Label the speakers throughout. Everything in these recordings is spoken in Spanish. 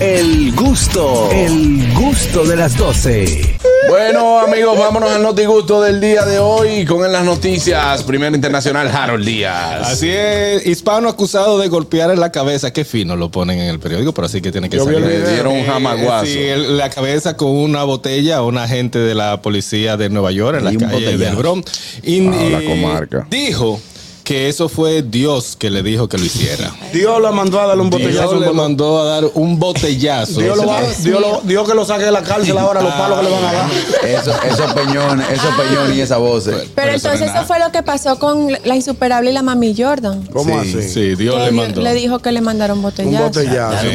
Speaker 1: El gusto, el gusto de las 12.
Speaker 2: Bueno, amigos, vámonos al notigusto del día de hoy con en las noticias. Primero internacional, Harold Díaz.
Speaker 3: Así es, hispano acusado de golpear en la cabeza. Qué fino lo ponen en el periódico, pero así que tiene que
Speaker 2: Yo vi
Speaker 3: salir.
Speaker 2: el video. Le dieron un
Speaker 3: Eh,
Speaker 2: jamaguazo.
Speaker 3: sí, el- la cabeza con una botella a un agente de la policía de Nueva York en
Speaker 1: Y
Speaker 3: la
Speaker 1: un
Speaker 3: calle
Speaker 1: botellazo.
Speaker 3: del Bronx. Y,
Speaker 2: Ah, la
Speaker 3: y
Speaker 2: comarca.
Speaker 3: Dijo que eso fue Dios que le dijo que lo hiciera.
Speaker 4: Dios la mandó a darle un botellazo.
Speaker 3: Dios le
Speaker 4: un botón.
Speaker 3: mandó a dar un botellazo.
Speaker 4: Dios, lo va- Dios lo- Dios que lo saque de la cárcel ahora, los palos que le van a dar.
Speaker 5: Eso- esos peñones, esos peñones y esa voz. eh.
Speaker 6: Pero
Speaker 3: eso no
Speaker 6: entonces
Speaker 3: es nada.
Speaker 6: eso fue lo que pasó con la insuperable y la mami Jordan.
Speaker 4: ¿Cómo
Speaker 3: Sí,
Speaker 4: así?
Speaker 3: sí, Dios
Speaker 6: Que
Speaker 3: le
Speaker 6: di-
Speaker 3: mandó.
Speaker 6: le dijo que le mandaron
Speaker 4: Un
Speaker 6: botellazo.
Speaker 4: botellazo.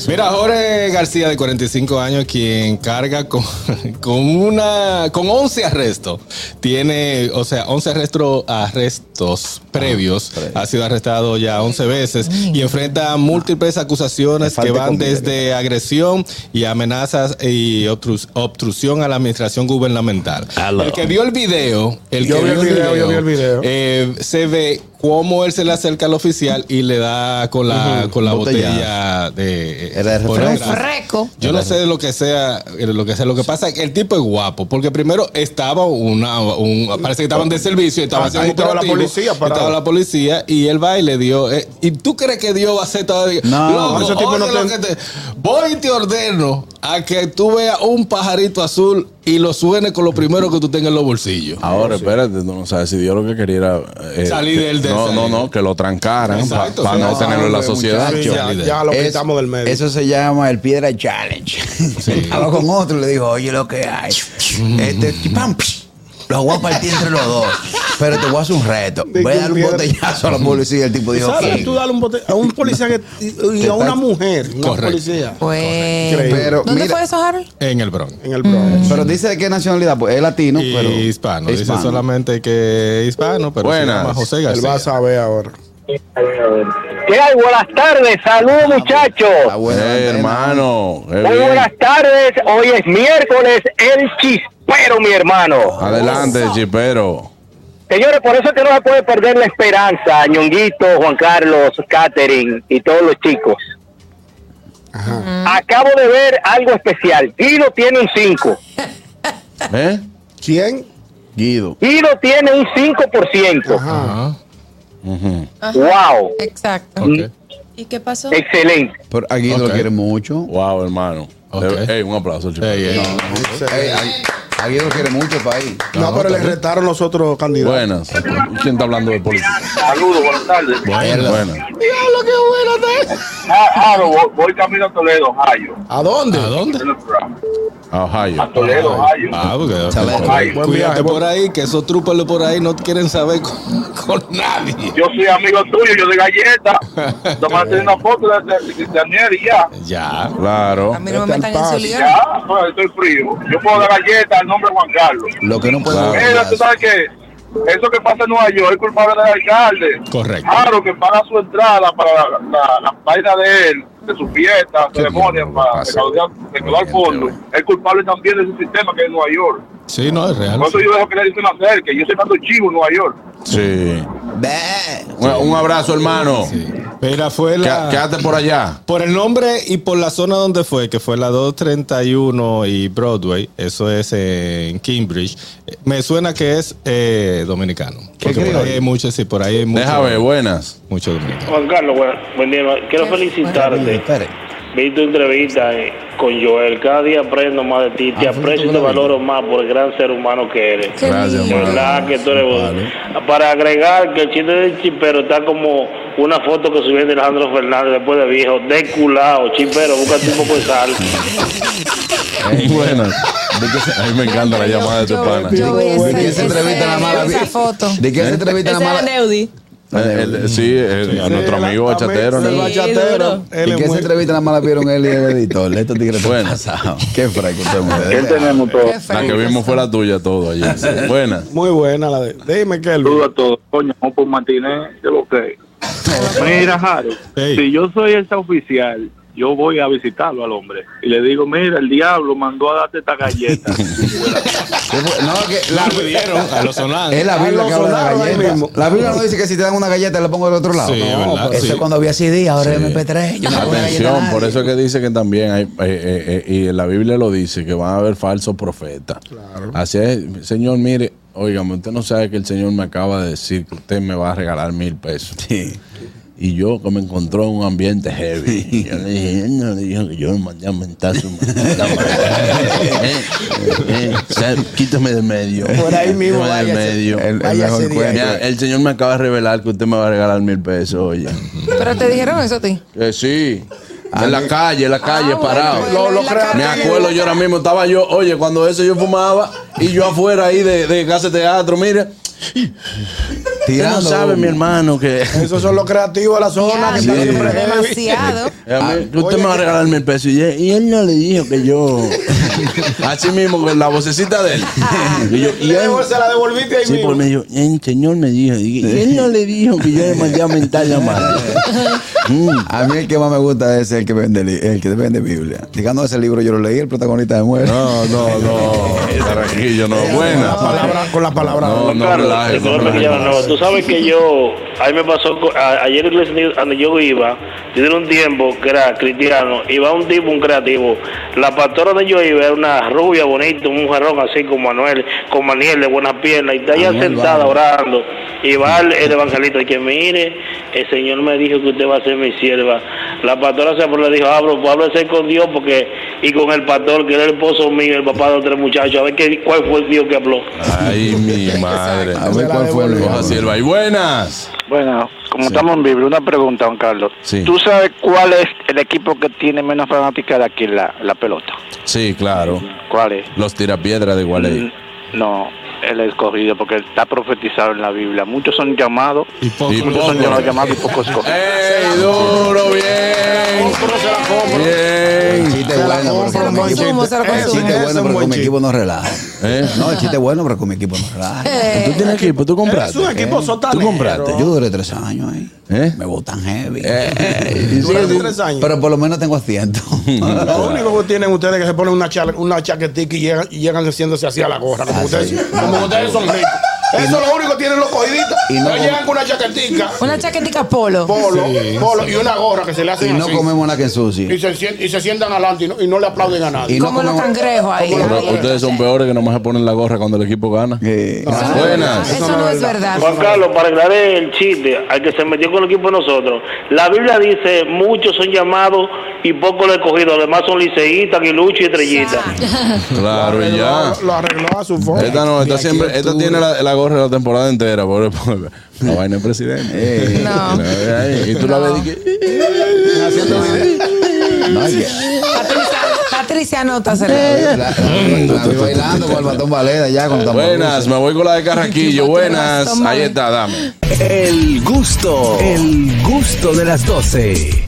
Speaker 3: Sí. Mira, Jorge García, de 45 años, quien carga con, con una con 11 arrestos. Tiene, o sea, 11 arrestos,
Speaker 4: Ah,
Speaker 3: arrestos previos. Ha sido arrestado ya 11 veces y enfrenta múltiples acusaciones que van desde agresión y amenazas y obtrus- obstrucción a la administración gubernamental.
Speaker 1: Aló.
Speaker 3: El que vio el video, el
Speaker 4: Yo
Speaker 3: que
Speaker 4: vi el video, yo vi el video.
Speaker 3: eh, se ve cómo él se le acerca al oficial y le da con la, con la botella, de, eh,
Speaker 5: Era de
Speaker 3: por
Speaker 5: refresco.
Speaker 3: atrás. Yo no sé lo que sea, eh, lo que sea. Lo que pasa es que el tipo es guapo, porque primero estaba una, un- parece que estaban de servicio, estaba
Speaker 4: Ah,
Speaker 3: haciendo un
Speaker 4: ahí estaba la
Speaker 3: operativo,
Speaker 4: policía parada.
Speaker 3: estaba la policía y él va y le dio. eh, ¿Y tú crees que Dios va a hacer todo?
Speaker 5: No,
Speaker 4: ese tipo no
Speaker 3: oye lo
Speaker 4: te-
Speaker 3: que te- Voy y te ordeno a que tú veas un pajarito azul y lo suene con lo primero que tú tengas en los bolsillos.
Speaker 2: Ahora, espérate, tú no sabes si Dios lo que quería era. eh,
Speaker 3: Salir
Speaker 2: que-
Speaker 3: del- del-
Speaker 2: No, no, no, que lo trancaran para
Speaker 3: Exacto, sí. Ah,
Speaker 2: no tenerlo en la
Speaker 5: Hombre,
Speaker 2: sociedad.
Speaker 5: muchacho.
Speaker 4: Sí, ya, ya lo
Speaker 5: Eso-
Speaker 4: quitamos del medio.
Speaker 5: Eso se llama el piedra challenge. Estaba con otro y le dijo, oye lo que hay. Este, y pam, psh, los voy a partir entre los dos. Pero te voy a hacer un reto.
Speaker 4: De
Speaker 5: Voy a
Speaker 4: que
Speaker 5: dar un
Speaker 4: piedra-
Speaker 5: botellazo a la policía. El tipo dijo,
Speaker 4: ¿Sabes?
Speaker 5: "Sí".
Speaker 4: Tú dale un bote- a un policía que- y, y a una mujer, una
Speaker 3: Correcto.
Speaker 4: policía.
Speaker 6: Pues.
Speaker 4: Increíble.
Speaker 5: Pero
Speaker 6: ¿Dónde
Speaker 5: mira,
Speaker 6: fue eso, Harold?
Speaker 3: En el Bronx.
Speaker 4: En el Bronx.
Speaker 5: pero dice de qué nacionalidad, pues es latino,
Speaker 3: Y
Speaker 5: pero.
Speaker 3: hispano. Dice
Speaker 5: hispano.
Speaker 3: solamente que hispano, pero
Speaker 2: Buenas.
Speaker 3: se llama José
Speaker 4: Él
Speaker 3: García.
Speaker 4: va a saber ahora.
Speaker 7: ¿Qué hay? Buenas tardes, saludos
Speaker 5: Está
Speaker 7: muchachos.
Speaker 5: bueno,
Speaker 2: Eh,
Speaker 5: antena.
Speaker 2: hermano. qué
Speaker 7: Muy
Speaker 2: bien.
Speaker 7: buenas tardes, hoy es miércoles, el chispero, mi hermano.
Speaker 2: Adelante, chipero.
Speaker 7: Señores, por eso es que no se puede perder la esperanza, Ñonguito, Juan Carlos, Catherine y todos los chicos. Acabo de ver algo especial. Guido tiene un 5.
Speaker 2: ¿Eh?
Speaker 4: ¿Quién?
Speaker 5: Guido.
Speaker 7: Guido tiene un 5%.
Speaker 4: Ajá.
Speaker 3: Ajá,
Speaker 7: ¡Wow!
Speaker 6: Exacto.
Speaker 3: ok.
Speaker 6: ¿Y qué pasó?
Speaker 7: Excelente.
Speaker 5: Pero a Guido
Speaker 3: Ok.
Speaker 5: lo quiere mucho.
Speaker 2: Wow, hermano.
Speaker 3: Ok.
Speaker 2: De- Ey, un aplauso, al chipero.
Speaker 3: Ey, ey.
Speaker 5: Ey, a, a Guido lo quiere mucho, país.
Speaker 4: No, pero le retaron los otros candidatos.
Speaker 2: Buenas. ¿Quién está hablando de política?
Speaker 7: Saludos, buenas tardes. Ah,
Speaker 2: Buenas.
Speaker 7: voy camino a Toledo, Ohio.
Speaker 4: ¿A dónde?
Speaker 3: ¿A dónde?
Speaker 2: A Ohio.
Speaker 7: Toledo, Ohio.
Speaker 3: Ah, porque
Speaker 5: Chalero.
Speaker 3: Ay,
Speaker 4: Buen
Speaker 3: cuídate
Speaker 4: viaje,
Speaker 3: por
Speaker 4: buen-
Speaker 3: ahí, que esos trúpelos por ahí no quieren saber con, con nadie.
Speaker 7: Yo soy amigo tuyo, yo de galleta. Tomaste una foto de, de, de Daniel y ya.
Speaker 3: Ya.
Speaker 2: Claro.
Speaker 6: A mí no me
Speaker 4: Está
Speaker 6: metan
Speaker 4: en
Speaker 6: en su
Speaker 4: paz.
Speaker 6: lío.
Speaker 7: Ya, pues, estoy frío. Yo puedo dar galleta al nombre de Juan Carlos.
Speaker 5: Lo que no puede
Speaker 3: Ah,
Speaker 2: Claro.
Speaker 7: Mira, tú sabes que eso que pasa en Nueva York es culpable del alcalde.
Speaker 3: Correcto.
Speaker 7: Claro, que paga su entrada para la, la, la vaina de él, de su fiesta, ceremonia,
Speaker 2: diablo
Speaker 7: para
Speaker 2: pasa?
Speaker 7: recaudar recaudar
Speaker 2: Corriente,
Speaker 7: fondos.
Speaker 2: güey.
Speaker 7: Es culpable también de ese sistema que es en Nueva York.
Speaker 3: Sí, no, es real.
Speaker 7: Por eso yo dejo que le dicen hacer, que yo soy tanto chivo en Nueva York.
Speaker 2: Sí.
Speaker 5: Bah.
Speaker 2: Un, un abrazo, hermano.
Speaker 3: Mira, fue la.
Speaker 2: Qué- Quédate por allá.
Speaker 3: Por el nombre y por la zona donde fue, que fue la 231 y Broadway, eso es en Cambridge, eh, me suena que es eh, dominicano. Porque por ahí hay muchos, sí, por ahí hay muchos.
Speaker 2: Déjame, buenas.
Speaker 3: Muchos dominicanos.
Speaker 8: Juan Carlos, bueno, buen día. hermano. Quiero felicitarte.
Speaker 5: Espere.
Speaker 8: Vi tu entrevista eh, con Joel. Cada día aprendo más de ti. Te
Speaker 5: Ah, fue
Speaker 8: aprecio
Speaker 5: tú
Speaker 8: y te
Speaker 5: la viste.
Speaker 8: valoro más por el gran ser humano que eres.
Speaker 6: Qué
Speaker 2: Gracias,
Speaker 8: De
Speaker 6: lindo.
Speaker 2: hermano.
Speaker 8: verdad que tú eres bueno. Para agregar que el chiste del chipero está como una foto que subió de Alejandro Fernández después de viejo. Desculado, chipero, búscate un poco de sal.
Speaker 2: Ey, buenas. Di que se- A mí me encanta la llamada de tu
Speaker 6: Yo-
Speaker 2: pana.
Speaker 6: Yo vi
Speaker 5: ¿De
Speaker 6: ese-
Speaker 5: qué se
Speaker 6: ese-
Speaker 5: entrevista la mala vida?
Speaker 6: esa foto.
Speaker 5: ¿De qué se entrevista
Speaker 6: Ese
Speaker 5: la
Speaker 6: era
Speaker 5: mala
Speaker 6: Neudi.
Speaker 2: Eh, el- sí, el- a nuestro
Speaker 4: Sí,
Speaker 2: amigo
Speaker 4: también,
Speaker 2: bachatero.
Speaker 4: El
Speaker 2: ¿no?
Speaker 6: Sí,
Speaker 4: bachatero.
Speaker 6: duro.
Speaker 4: Él
Speaker 5: ¿Y
Speaker 4: es
Speaker 5: qué se
Speaker 4: muy-
Speaker 5: entrevista la mala vieron él y el editor? Estos tigres
Speaker 2: Bueno.
Speaker 5: bueno. pasados. Qué fresco usted,
Speaker 7: ¿Qué
Speaker 5: mujer.
Speaker 7: tenemos todos?
Speaker 6: Qué
Speaker 2: La que
Speaker 6: feo.
Speaker 2: vimos fue la tuya todo ayer. Buenas.
Speaker 4: Muy buena la de. Dime,
Speaker 7: Saludos
Speaker 4: Kelvin.
Speaker 7: a todos. Coño, vamos por Martínez, yo lo que. Mira, Jaro,
Speaker 3: Ey.
Speaker 7: si yo soy ese oficial,
Speaker 8: yo voy a visitarlo al hombre y le digo, mira, el diablo mandó a darte esta galleta.
Speaker 5: No, que
Speaker 3: La
Speaker 5: la,
Speaker 3: pidieron a los sonados.
Speaker 5: es la Biblia que habla de
Speaker 4: sonaron ahí
Speaker 5: galletas.
Speaker 4: mismo.
Speaker 5: La Biblia no dice que si te dan una galleta la pongo del otro lado.
Speaker 3: Sí,
Speaker 5: no,
Speaker 3: ¿verdad?
Speaker 5: porque Eso
Speaker 3: Sí.
Speaker 5: es cuando había CD, ahora es MP3. Yo no le pongo una galleta a
Speaker 2: Atención,
Speaker 5: nadie.
Speaker 2: por eso es que dice que también hay, eh, eh, eh, y en la Biblia lo dice, que van a haber falsos profetas. Así es, señor, mire, óigame, usted no sabe que el señor me acaba de decir que usted me va a regalar mil pesos.
Speaker 5: Sí.
Speaker 2: Y yo que me encontró en un ambiente heavy. Yo le dije, él no le dijo que yo le mandé a aumentar su maldita madre. Eh, eh, o sea, quítame de medio.
Speaker 4: Por ahí mismo,
Speaker 2: Quítame del
Speaker 4: váyase.
Speaker 2: medio.
Speaker 5: El, el
Speaker 4: Vaya
Speaker 5: mejor
Speaker 4: CD.
Speaker 5: cuento.
Speaker 2: Mira, el señor me acaba de revelar que usted me va a regalar mil pesos, oye.
Speaker 6: Pero te dijeron eso a ti.
Speaker 2: Que Eh, sí. En la calle, en la calle,
Speaker 6: Ah, bueno,
Speaker 2: parado.
Speaker 6: pues, Lo- lo en la creativo.
Speaker 2: Me
Speaker 6: calle.
Speaker 2: acuerdo yo ahora mismo, estaba yo, oye, cuando eso yo fumaba y yo afuera ahí de, de casa de teatro, mira. Usted no
Speaker 5: Tirando
Speaker 2: sabe,
Speaker 5: humo.
Speaker 2: mi hermano, que.
Speaker 4: Esos son los creativos de la zona que
Speaker 6: Ya,
Speaker 4: están
Speaker 2: sí.
Speaker 4: siempre débil.
Speaker 6: demasiado.
Speaker 2: A mí, que usted me va a regalar mil pesos. Y él, y él no le dijo que yo. Así mismo, con la vocecita de él. Y yo, y él,
Speaker 4: Y luego se la devolviste ahí
Speaker 2: sí,
Speaker 4: mismo.
Speaker 2: por medio. El señor me dijo. Y y él no le dijo que yo le mandé a aumentar la madre.
Speaker 5: A mí el que más me gusta es el que vende, li- el que vende Biblia. Digamos, ese libro yo lo leí, el protagonista Eh, de muere.
Speaker 2: No, no, no. Carajillo, Eh, no. Buena.
Speaker 4: Palabra- con la palabra.
Speaker 2: No, no,
Speaker 8: Claro,
Speaker 2: relaje, no
Speaker 8: perdóname que
Speaker 2: relaje
Speaker 8: ya no,
Speaker 2: más.
Speaker 8: Tú sabes que yo, a mí me pasó, co- a- ayer en Iglesia Unida, donde yo iba, yo tenía un tiempo que era cristiano, iba un tipo, un creativo. La pastora donde yo iba era una rubia bonita, un mujerón así como Manuel, con Maniel de buenas piernas, y está allá sentada orando. Y va el, el evangelista, y que mire, el Señor me dijo que usted va a ser mi sierva. La pastora se le dijo, hablo, Pablo es con Dios porque, y con el pastor, que era el esposo mío, el papá de los tres muchachos, a ver qué, cuál fue el Dios que habló.
Speaker 2: Ay, mi madre.
Speaker 5: A ver cuál fue el
Speaker 2: Coja sierva. Y buenas.
Speaker 7: Bueno, como estamos en Biblia, una pregunta, Juan Carlos.
Speaker 2: Sí.
Speaker 7: ¿Tú sabes cuál es el equipo que tiene menos fanática de aquí la, la pelota?
Speaker 2: Sí, claro.
Speaker 7: ¿Cuál es? Mm,
Speaker 2: Los tirapiedras de Gualey.
Speaker 7: No, el escogido, porque está profetizado en la Biblia. Muchos son llamados,
Speaker 3: Y poco
Speaker 2: Y
Speaker 3: lo-
Speaker 2: poco.
Speaker 7: muchos son llamados, llamados y pocos escogidos.
Speaker 8: Eh,
Speaker 2: ¡Ey, duro, bien!
Speaker 5: El
Speaker 2: Bien.
Speaker 5: chiste es bueno, pero
Speaker 6: Se lo
Speaker 5: con mi equipo.
Speaker 6: consumo, se lo
Speaker 5: El chiste es
Speaker 6: consumo.
Speaker 5: bueno, pero con mi equipo no relaja.
Speaker 2: ¿Eh?
Speaker 5: No, el chiste es bueno, pero con mi equipo no relaja.
Speaker 2: ¿Tú
Speaker 6: Eh,
Speaker 2: tienes equipo? ¿Tú
Speaker 4: Es
Speaker 2: compraste?
Speaker 4: un equipo sotanero.
Speaker 2: ¿Tú compraste?
Speaker 5: Yo duré tres años ahí.
Speaker 2: ¿Eh?
Speaker 5: Me botan heavy.
Speaker 2: Eh,
Speaker 4: Durante tres años.
Speaker 5: Pero por lo menos tengo asiento.
Speaker 4: Lo único que tienen ustedes es que se ponen una, chal- una chaquetica y llegan, y llegan haciéndose así a la gorra.
Speaker 5: Ah,
Speaker 4: Como, ustedes, como ustedes son ricos. Eso es lo único que tienen los cogiditos.
Speaker 5: y no
Speaker 4: No
Speaker 5: com-
Speaker 4: llegan con una chaquetica,
Speaker 6: Una chaquetica polo.
Speaker 4: polo, polo y una gorra que se le
Speaker 5: Y
Speaker 4: hacen
Speaker 5: no
Speaker 4: así.
Speaker 5: comemos nada que
Speaker 4: Y
Speaker 5: ensucie.
Speaker 4: se, sien- y se sientan adelante y no, y no le aplauden a nadie.
Speaker 5: Y no
Speaker 6: Como los
Speaker 5: comemos-
Speaker 6: cangrejos ahí.
Speaker 4: Como
Speaker 2: pero
Speaker 6: Ay,
Speaker 2: ustedes son peores que nomás se ponen la gorra cuando el equipo gana.
Speaker 5: Eh,
Speaker 6: eso no-
Speaker 2: Buenas.
Speaker 6: Eso no es verdad.
Speaker 8: Juan Carlos, para aclarar el chiste al que se metió con el equipo de nosotros, la Biblia dice muchos son llamados y pocos los escogidos, además son liceístas, aguiluchos y estrellitas.
Speaker 2: Claro, y ya.
Speaker 4: Lo arregló a su forma.
Speaker 2: Esta no, esta
Speaker 4: De aquí
Speaker 2: siempre,
Speaker 4: a
Speaker 2: esta
Speaker 4: octubre.
Speaker 2: tiene la, la gorra la temporada entera, pobre, pobre. La vaina del presidente.
Speaker 4: Eh.
Speaker 6: No.
Speaker 2: Y tú la ves y que.
Speaker 5: no, hay que-
Speaker 6: Patricia, Patricia anota se
Speaker 5: la- la- la vi bailando con el batón baleda ya con tambor.
Speaker 2: Buenas, me voy con la de Carraquillo. Buenas. Ahí está, dame.
Speaker 1: El gusto, el gusto de las 12.